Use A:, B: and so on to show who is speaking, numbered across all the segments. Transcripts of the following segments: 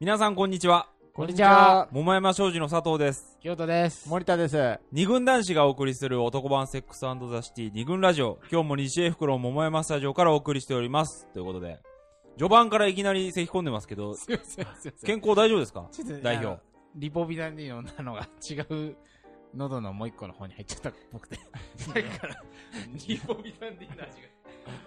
A: 皆さんこんにちは。
B: こんにちは。
A: 桃山商事の佐藤です。
B: 京都です。
C: 森田です。
A: 二軍男子がお送りする男版セックスザシティ二軍ラジオ。今日も西江袋桃山スタジオからお送りしております。ということで、序盤からいきなり咳込んでますけど、
B: すいません、すいません。
A: 健康大丈夫ですか
B: ちょっと
A: 代。
B: あ
A: 表
B: の。リポビタン D の女のが違う喉のもう一個の方に入っちゃったっぽくて。だから、リポビタン D の味が、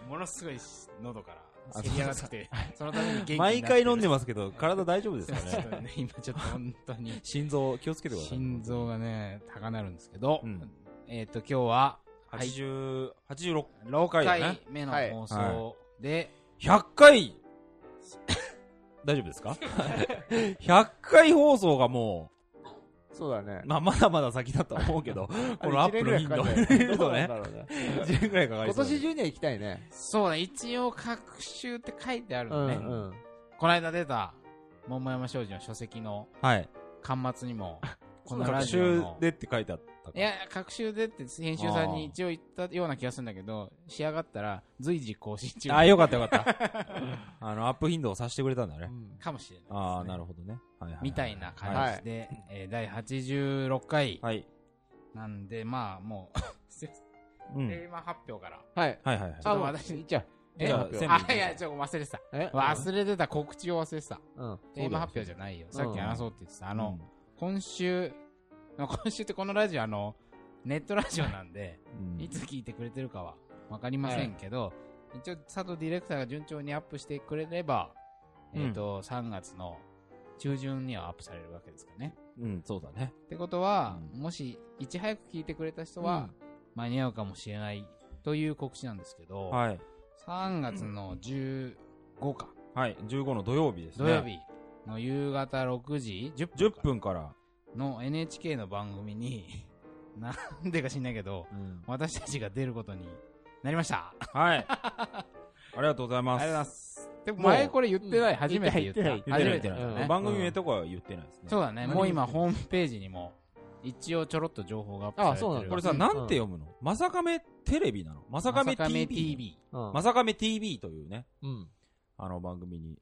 B: ものすごい喉から、せり上がってきて、そのために元気になって
A: 毎
B: る
A: 回飲んでますけど、体大丈夫です
B: すいま
A: か
B: せんちょ っ
A: ね
B: とね、今ちょっと本当に、
A: 心臓気をつけてください。
B: 心臓がね、高鳴るんですけど
A: うん、
B: えっと、今日は、
A: 80、86、
B: 6
A: 回だね
B: 回目の放送で、
A: 100回大丈夫です か ?100 回放送がも
C: そうだね
A: う、。まあ、まだまだ先だとは思うけど、このア
C: あ
A: ッ
C: れ
A: プ
C: 一
A: の
C: 年
A: 頻
C: ぐら
A: 度
C: いかかん
A: ね。そうう
C: ないどなん
A: ね
C: だ。ろうね。
A: 1年くらいかかりそ
C: 今
A: うだね
C: 年中には行きたいね。
B: そうだ、一応、各週って書いてある
C: う
B: の
C: ん
B: ね。
C: うん。
B: この間出た、桃山商事の書籍の
A: はい。
B: 端末に も、このラ
A: 学
B: ジオ
A: 習
B: の。
A: でって書いてあったか
B: いや、各週でって編集さんに一応言ったような気がするんだけど、仕上がったら随時更新中
A: あ、よかったよかった。 あの、アップ頻度をさせてくれたんだね。
B: かもしれないですね。
A: ああ、なるほどね。はいはいはい
B: みたいな
A: は
B: 感じで、えー第86回
A: い。はい。
B: なんで、まあもう、 テ
A: うん。はい
B: ーマ発表から。
C: はい。
A: はいはい。
B: ちょっと私
C: 行っちゃう。
B: え
A: じゃあ
C: 発
A: 全
C: 表
A: 部
B: あ、いや、ちょっと忘れてた。
C: え
B: 忘れてた、告知を忘れてた。
C: うん。
B: テーマ発表じゃないよ。さっき話そうって言ってた。あ
A: あ
B: の、、今週、今週ってこのラジオ、あの、ネットラジオなんで、
A: うん
B: いつ聞いてくれてるかはわかりませんけど、一応佐藤ディレクターが順調にアップしてくれれば、
A: うん
B: えっ、と、3月の中旬にはアップされるわけですかね。
A: うん、そうだね。
B: ってことは、
A: う
B: もし、いち早く聞いてくれた人は、間に合うかもしれないという告知なんですけど、
A: はい。
B: 3月の15か、
A: はい。15の土曜日ですね。
B: 土曜。日の夕方6時10分
A: 10
B: か
A: 分から。
B: の NHK の番組に、 なんでか知んないけど、私たちが出ることになりました。
A: はい。ありがとうございます。
B: ありがとうございます。でも
A: もう
B: 前これ言ってない、初めて言った。
C: 言って
A: 言って
B: 初
A: な
B: め
A: い
B: て言ったね。
A: 番組名とかは言ってないですね。
B: そうだね、もう今ホームページにも、一応ちょろっと情報がアップされてる。
C: あそうなんだ
A: これさ、
C: うん
A: なんて読むのまさかめテレビなのまさかめ TV。
C: うん
A: まさかめ TV というね、
C: うん。
A: あの番組に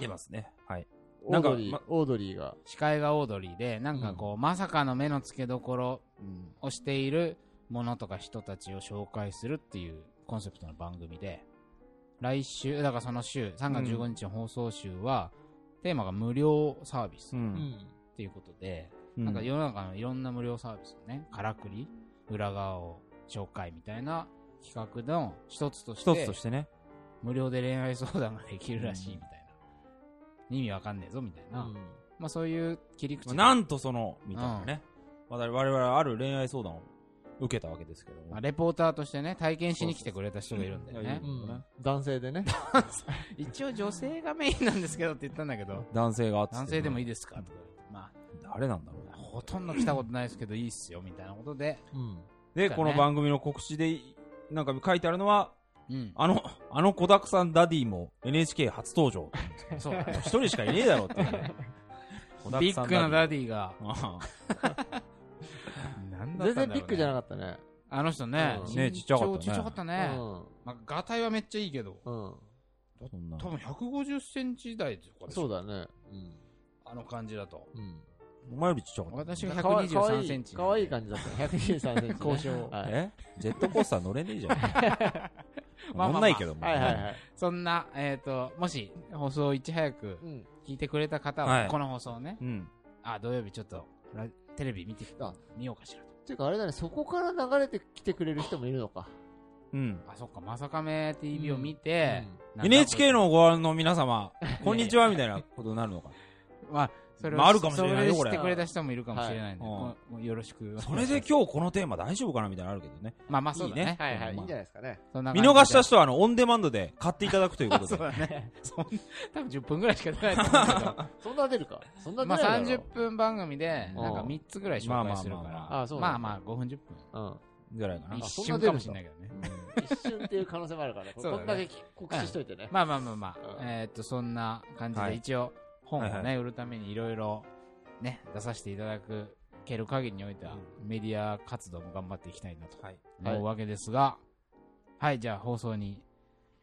A: 出ますね。はい。
C: オ
A: なん
C: ー
A: か
C: ドリー
A: ま、
C: オードリーが。
B: 司会がオードリーで、なんかこう、まさかの目の付けどころをしているものとか人たちを紹介するっていうコンセプトの番組で、来週、だからその週、3月15日の放送週は、テーマが無料サービ
A: う
B: スっ
A: ん。
B: ていうことで、
A: う
B: なんか世の中のいろんな無料サービスをね、からくり、裏側を紹介みたいな企画の一つとし
A: 一つ
B: て
A: と、してね。
B: 無料で恋愛相談ができるらしいみたいな。意味わかんねえぞみたいな。まあそういう切り口で
A: なんとその、みたいなね。まだ我々はある恋愛相談を受けたわけですけども。
B: まあ、レポーターとしてね、体験しに来てくれた人がいるんだ
A: そ
B: よ
A: うそう
B: ね
A: そ。
C: うん。男性でね。
B: 一応女性がメインなんですけどって言ったんだけど、
A: 男性があって
B: 男性でもいいですかとか言ってま
A: 誰なんだろ
B: あ、ほとんど来たことないですけどいいっすよみたいなことで、
C: うん。
A: う。で、
B: だね
A: この番組の告知で、なんか書いてあるのは、
B: うん。
A: あの、あの子だくさんダディも NHK 初登場。
B: そう。
A: 一人しかいねえだろっていうね。
B: ビッグなダ
A: ディ。
B: ディが、
A: あ
B: なんだっ
C: 全
B: たんだろうね
C: 然ビッグじゃなかったね。
B: あの人ね、
C: うん
B: 身
A: ねちっちゃかったね
B: 長ちっちゃかった
C: う
B: ね。
C: ん。
B: まあ、ガタイはめっちゃいいけど、
C: うん。
A: あそんな
B: 多分150センチ台とかでしょ
C: そうだね。うん。
B: あの感じだと。
C: うん。
A: お前よりちっちゃかった。
B: 私が
C: かわいかわい
B: 123
C: い
B: センチ。
C: かわいい感じだったね。123センチね。
B: 交渉
C: はい。
A: えジェットコースター乗れねえじゃ ん。
B: まあまあまあ
A: 乗んないけども。
C: はいはいはい。
B: そんな、えっ、と、もし、放送をいち早く
C: うん。
B: 聞いてくれた方は、
A: はい
B: この放送をね、
A: うん。
B: あ、土曜日ちょっと、ラテレビ見て
C: あ、
B: 見ようかしら
C: ていうかあれだね、そこから流れてきてくれる人もいるのか。
A: うん。
B: と。あ、そっか、まさかめ TV を見て、なんだ
A: NHK のご覧の皆 様、こんにちはみたいなことになるのか。
B: まあ、それを、
A: まああるかもしれないよ
B: そ
A: これ
B: れで知ってくれた人もいるかもしれないんで、
A: はい
B: もうもうよろしく。
A: それで
B: 日、
A: 今日このテーマ大丈夫かなみたいなのあるけどね。
B: まあまあそうだね。
A: いいね
C: はいはい。い
A: まあ
C: いんじゃないですかね。
B: そんな
A: 見
B: 感じで
A: 逃した人はあの、オンデマンドで買っていただくということ
B: そう
A: で。
B: だね。そん多分10分ぐらいしか出ないと思う けど。
C: そんな出るか。そんな出
B: まあ
C: ないだろ
B: 30分番組で、
C: うん
B: なんか3つぐらい紹介するか
A: まあまあまあ
C: まあ
B: ら
C: あ。そうだ
B: まあまあ5分10
C: うん。
A: ぐらいかな
B: 分。。
C: あ
B: 一
C: そんな
B: 瞬か
C: 出るんだ
B: もしれないけどね。
C: 一瞬っていう可能性もあるからね。こ
B: そうだね
C: んだけ告知しといてね。
B: まあまあまあまあ、
C: うん
B: えーっと、そんな感じ
A: は
B: で、
A: い
B: 一応、本をね、
A: はいは
B: 売るためにいろいろ、ね、出させていただく、ける限りにおいては、メディア活動も頑張っていきたいなと
A: はい。
B: 思うわけですが、はい、じゃあ放送に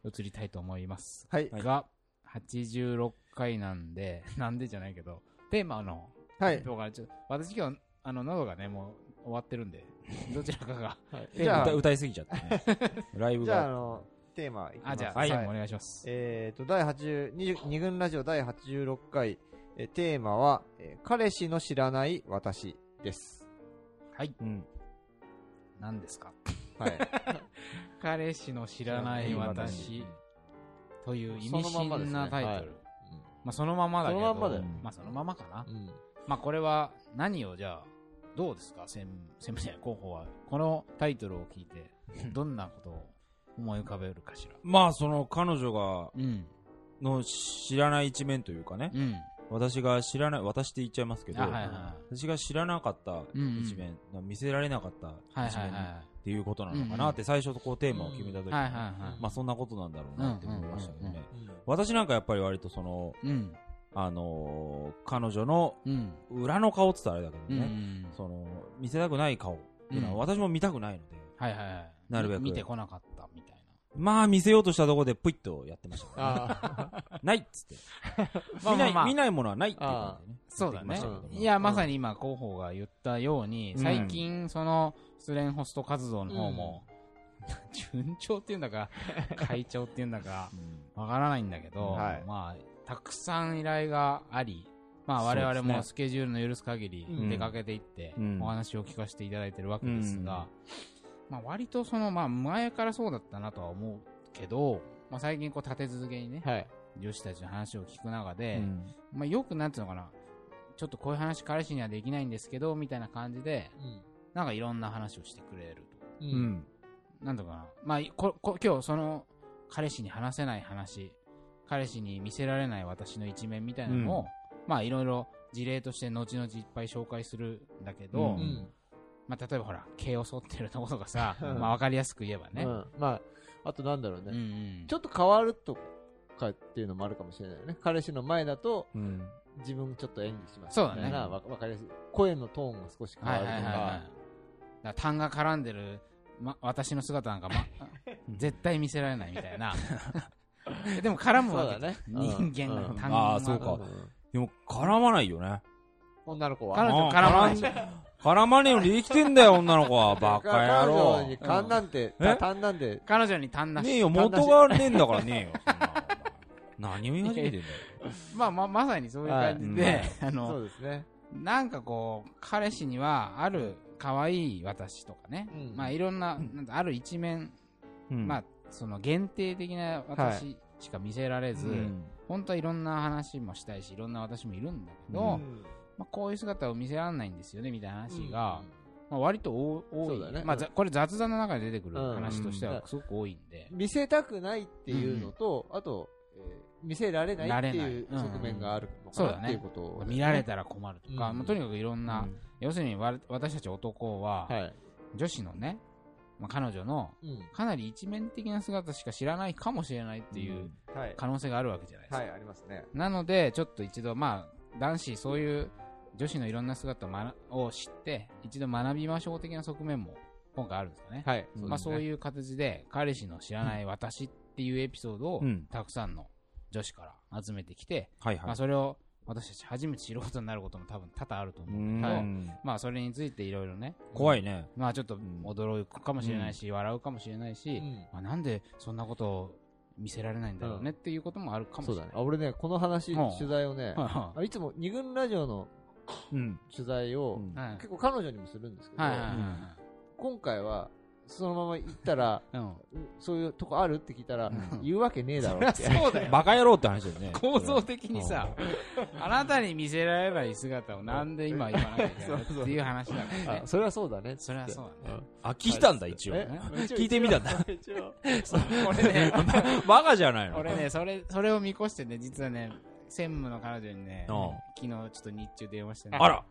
B: 移りたいと思います。
C: はい
B: が、 86回なんで、 なんでじゃないけど、テーマの、
C: はい。
B: 今日からちょっと、私今日、あの、喉がね、もう終わってるんで、 どちらかが、
C: はい
B: テーマ
C: じゃあ
A: 歌、歌いすぎちゃったね。ライブ
C: じゃあ、あ
A: が。
C: の、テーマいきます。
B: あ、じゃあ、
A: はい
B: 最後お願いします。
C: えーと、第80、20二軍ラジオ第86回、えーテーマは、えー彼氏の知らない私です。
B: はい、
A: うん。
B: 何ですか
C: はい。
B: 彼氏の知らない
A: 知
B: 私という意味
C: そのまんまです
B: 深
C: ね
B: なタイトル。
C: はい
B: まあそのままだけど。
C: そのまんまだよ
B: まあそのままかな。
C: うん。
B: まあこれは何をじゃあ、どうですか専専務じゃない候補は。このタイトルを聞い て、どんなことを思い浮かべるかしら。
A: まあ、その彼女が、
B: うん。
A: の知らない一面というかね、
B: うん。
A: 私が知らない、私って言っちゃいますけど、
B: あ、はいはいは
A: 私が知らなかった一面、見せられなかった
B: い。はい
A: 一
B: はい
A: 面
B: は
A: っていうことなのかなって最初こうテーマを決めた時
B: い。
A: に、
B: はいはいはい。
A: まあそんなことなんだろうなって思いましたけど
B: うんうん
A: ね
B: うん。
A: 私なんかやっぱり割とその、
B: うん。
A: あのー彼女の
B: うん。
A: 裏の顔って言ったらあれだけ
B: う
A: どね、
B: ん。
A: その、見せたくない顔っていうの
B: うん
A: は私も見たくないので、
B: はいはいはい。
A: なるべく
B: 見てこなかったみたいな。
A: まあ見せようとしたところでプイッとやってましたからね、
C: あ
A: ないっつって。
B: まあ
A: 見
B: ま
A: な
B: あ
A: い、
B: まあ
A: 見ないものはないっていう感じでね。
B: そう
A: やっ
B: だね
A: てきましたけど。も
B: いや、まさに今、広報が言ったように、
A: うん
B: 最近、その、失恋ホスト活動の方も、 順調っていうんだか、会長っていうんだか、わからないんだけど、
C: はい
B: まあ、たくさん依頼があり、まあ、
A: そう
B: 我
A: ですね
B: 々もスケジュールの許す限り
C: うん
B: 出かけていって
A: う、ん
B: お話を聞かせていただいてるわけですが、まあ、割とその、まあ、前からそうだったなとは思うけど、まあ、最近こう立て続けにね、
C: ー はい。
B: 女子たちの話を聞く中
A: う
B: で、
A: ん
B: まあ、よくなんていうのかな、ちょっとこういう話彼氏にはできないんですけど、みたいな感じで、なんかいろんな話をしてくれる
C: う
A: うん。
C: ん。
B: と。なんとかな。まあ、こ、こ、今日その、彼氏に話せない話、彼氏に見せられない私の一面みたいなのを、
A: うん
B: まあ、いろいろ事例として後々いっぱい紹介するんだけど、
A: う
C: うんん。
B: まあ、例えばほら、毛を剃ってるとことかさ、
C: うん
B: まあ、わかりやすく言えばね。
C: う
B: うん
C: んまあ、あとなんだろう
B: う
C: ね。
B: ん。
C: ちょっと変わるとかっていうのもあるかもしれないよね。彼氏の前だと、
A: うん。
C: 自分ちょっと演技します。
B: そうだね
C: みたいなわわかりやすい。声のトーンが少し変
B: は
C: わ
B: い
C: る
B: はい
C: と
B: はいはい。だ
C: か
B: か。ら、痰が絡んでる、ま、私の姿なんか、ま、絶対見せられないみたいな。 でも絡むわけじゃん
C: そうだね
B: 人間
C: う
B: の
C: ん
B: 単
A: あーそう
C: う
A: か
C: ん
A: でも絡まないよね。
C: 女の子
B: 彼
C: は。
B: 女
A: あー
B: 絡まないし
A: 絡んで絡まねえようにできてんだよ、女の子 は。バカ野
C: 彼女
A: 郎
C: に。勘なんて、
A: うんえ
C: 勘なんて、
B: 彼女に単なし。
A: ねえよ、元がねえんだからねえよ。そんなお前何を言い始めてんだよ。
B: まあまあ、まさにそういう感じで、 あ
C: そ
B: の、
C: うですね。
B: なんかこう、彼氏にはある可愛い私とかね
C: うん、
B: まあいろんな、なんかある一面、
A: うん
B: まあ、その限定的な私しか見せられず
A: う、ん
B: 本当はいろんな話もしたいし、いろんな私もいるんだけ
A: う
B: ど
A: ん、
B: まあこういう姿を見せられないんですよね、みたいな話が、まあ、割と多多
C: そうだ
B: い、
C: ね
B: まあざこれ雑談の中で出てくる
C: うん
B: 話として
C: う
B: は
C: ん
B: すごく多いんで、
C: 見せたくないっていうのと、あと、えー見せられないっていう
B: られないうん
C: 側面があるのか
B: そう
C: な
B: だ
C: っ
B: ね
C: ていうことをね
B: 見られたら困るとか、
C: うん
B: まあ、とにかくいろんな、要するにわ私たち男は、
C: はい。
B: 女子のね、まあ、彼女の
C: うん。
B: かなり一面的な姿しか知らないかもしれないっていう
C: はい。
B: 可能性があるわけじゃないです
C: は
B: か。
C: い、ありますね。
B: なので、ちょっと一度、まあ、男子そういう女子のいろんな姿を,、ま、を知って、一度学びましょう的な側面も今回あるんですかね。
C: はい。
A: うん
B: まあ、そういう形で彼氏の知らない私っていうエピソードを
A: うん
B: たくさんの女子から集めてきて、
A: はいは
B: ま
A: い
B: あ、。それを私たち初めて知ることになることも多分多々あると思
A: う
B: うんだけど、
A: ん
B: まあ、それについていろいろね
A: 怖いね。
B: まあちょっと驚くかもしれないし、笑うかもしれないし、
C: うん
B: まあ、なんでそんなことを見せられないんだろうねっていうこともあるかもし
C: そ
B: れ
C: う
B: な
C: だ
B: い
C: ね。。あ俺ね、この話、
B: うん
C: 取材をね、
B: は
C: あいつも二軍ラジオの
A: うん。
C: 取材
A: う
C: を、
A: ん
B: いはい
C: 結構彼女にもするんですけど、
B: はいはいはい
C: 今回は、そのまま行っ たら、
B: うん
C: そういうとこあるって聞いたら、
B: うん
C: 言うわけねえだ
B: そ
C: ろ
B: り
C: っ
B: ゃ
C: て。
B: そうだよ。
A: バカ野郎って話だよね。
B: 構造的にさ、あなたに見せられない姿をなんで今言わなきゃいけないのっていう話だ からね
C: あ。それはそうだねって。
B: それはそうだね。
A: あ、聞いたんだ、一応。
C: え
A: 聞いてみたんだ。
C: 一応。
B: 俺ね、
A: バカじゃないの。
B: 俺ね、それ、それを見越してね、実はね、専務の彼女にね、
A: うん
B: 昨日ちょっと日中電話してね、
A: あら。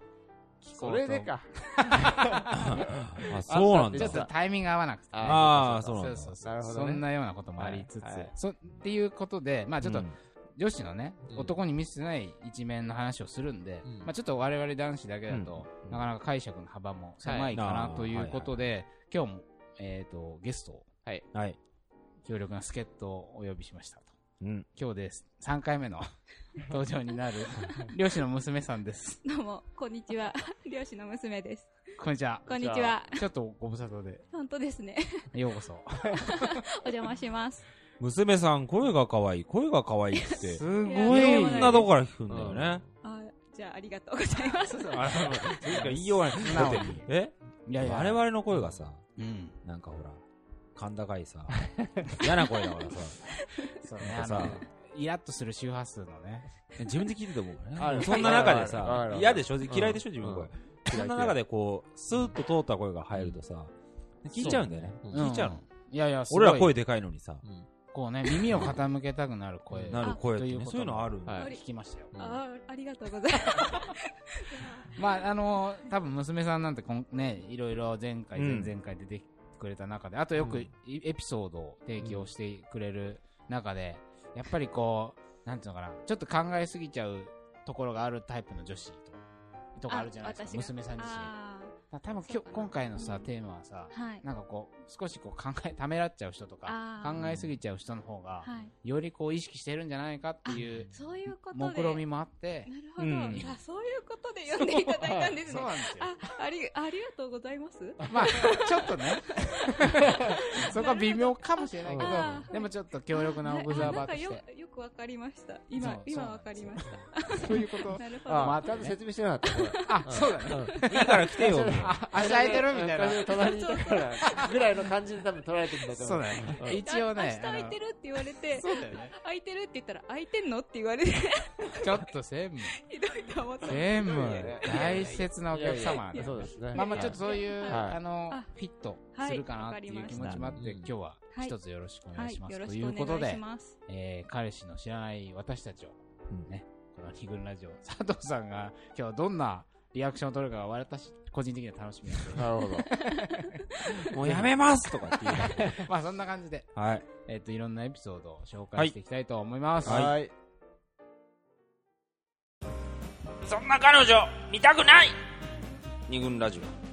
B: 聞こう
C: そ
B: と
C: れでか。
A: あ、そうなん
B: ちょ
A: だ
B: っ。とタイミング合わなくて、ね。
A: あーそうなん
B: そ
A: だ
B: うそうそう
C: なるほど
B: そ
C: ね
B: んなようなこともありつつ、
C: はいはい
B: そっていうことで、まあちょっと
A: うん
B: 女子のね、
C: うん
B: 男に見せてない一面の話をするんで、
C: うん
B: まあちょっと我々男子だけだと、
A: うん
B: なかなか解釈の幅も狭いか
A: はい
B: な
A: あー
B: ということで、今日も、えっ、と、ゲストを、
A: はい。
B: 強力な助っ人をお呼びしましたと。
A: うん。
B: 今日です。3回目の登場にな る、漁師の娘さんです。
D: どうも、こんにちは。 漁師の娘です。
B: こんにちは。
D: こんにち
A: じゃ
D: は。
B: ちょっとご無沙汰で、
D: 本当ですね。
B: ようこそ。
D: お邪魔します。
A: 娘さん、声が可愛い、声が可愛いって。
B: す
D: ごいや
A: いろんなとこから聞くんだよね。
D: あじゃあ、ありがとうございます。
A: あ れ、なんか言いようがない。
B: 素
A: だっ
B: 直
A: て
B: に、
A: え
B: いやいや、
A: 我々の声がさ、
B: うん。
A: なんかほら、甲高いさ、嫌な声だからさ、
B: そうね、
A: なん
B: あ
A: かさ
B: の、イラッとする周波数のね。
A: 自分で聞いてて思う
C: あ
A: からね。
C: る
A: そんな中で
C: あるあ
A: さ
C: る、
A: 嫌でしょ
C: ん
A: 嫌いでしょ自分の声。そんな中でこう、スーッと通った声が入るとさ、聞いちゃうんだよね。
C: そうね
A: 聞いちゃうの。
B: いやいや、すごい
A: 俺ら声でかいのにさ、
B: こうね、耳を傾けたくなる声。
A: なる声って
B: とい
A: ね
B: うこと
A: そういうのある
C: はい
B: 聞きましたよ。
D: あありがとうございます。
B: まあ、あのー、多分娘さんなんてこん、ね、いろいろ前回、
A: うん
B: 前々回出てくれた中で、あとよ
C: う
B: く
C: ん
B: いエピソードを提供してくれる中で、やっぱりこう、なんていうのかな、ちょっと考えすぎちゃうところがあるタイプの女子ととかあるじゃないですか、
D: 私が
B: 娘さん自身。
D: あ
B: だから多分
D: そ
B: 今日
D: うかな
B: 今回のさ、テーマはさ、
D: ーはい。
B: なんかこう、少しこう考え、ためらっちゃう人とか
D: あ、
B: 考
D: ー
B: えすぎちゃう人の方が、
D: はい。
B: よりこう意識してるんじゃないかっていう
D: そういうことで。
B: 目論みもあって、
D: なるほど、
A: うん
D: あ。そういうことで呼んでいただいたんです
B: そ
D: ね
B: う。なんですよ。
D: あ、あり、ありがとうございます。
B: まあ、ちょっとね、そこは微妙かもしれないけど
D: あ、ー
B: でもちょっと強力なオブザーバーとし
D: あなん
B: て
D: か、よよくわかりました。
B: そ
D: 今
B: う、
D: 今
B: そうな
D: わ
B: ん
D: か
B: です
D: り
B: よ
D: まし
B: そういうこと。
D: た。なるほど。
C: あ
B: ま
C: あ、
B: あ
C: ちゃんと説明してなかったこれ。
B: あ、そうだね。
C: ね。
A: いいから来て よ。
B: あ、空いてるみたいな。
C: 隣にいたから、ぐらいの感じで多分取られてるんだと
B: そ
C: 思
B: う
C: う。
B: だね
C: う。ん
B: 一応ね、
D: あ明日空い
B: あの
D: てるって言われて、
B: そうだよね。
D: 空いてるって言ったら、空いてんのって言われて、
B: ちょっと専務。
D: ひどいと思った。
B: 専
C: いやい
B: 務
C: や、
B: 大切なお客
C: い
B: 様
C: やいや。そうですね。
B: まあまあちょっとそういう、
C: はい
B: あの
D: あ、
B: フィット
D: はい
B: するかなっていう気持ちもあって、
C: はい、
B: 今日は
D: はい
B: 一つよろしくお願
D: はい
B: し
D: い、
B: ます。
D: よろ
B: と
D: し
B: い
D: くお
B: うこと
D: 願い
B: で
D: し、ます。
B: えー彼氏の知らない私たちを、
A: うん
B: ね、このヒグラジオ、 佐藤さんが今日どんなリアクションを取るかが私、個人的には楽しみなんで
C: なるほど。
A: もうやめますとかって言う。
B: まあそんな感じで、
A: はい。
B: えっ、と、いろんなエピソードを紹介していきたいと思います。
A: はい
C: はい。
A: そんな彼女、見たくない二軍ラジオ。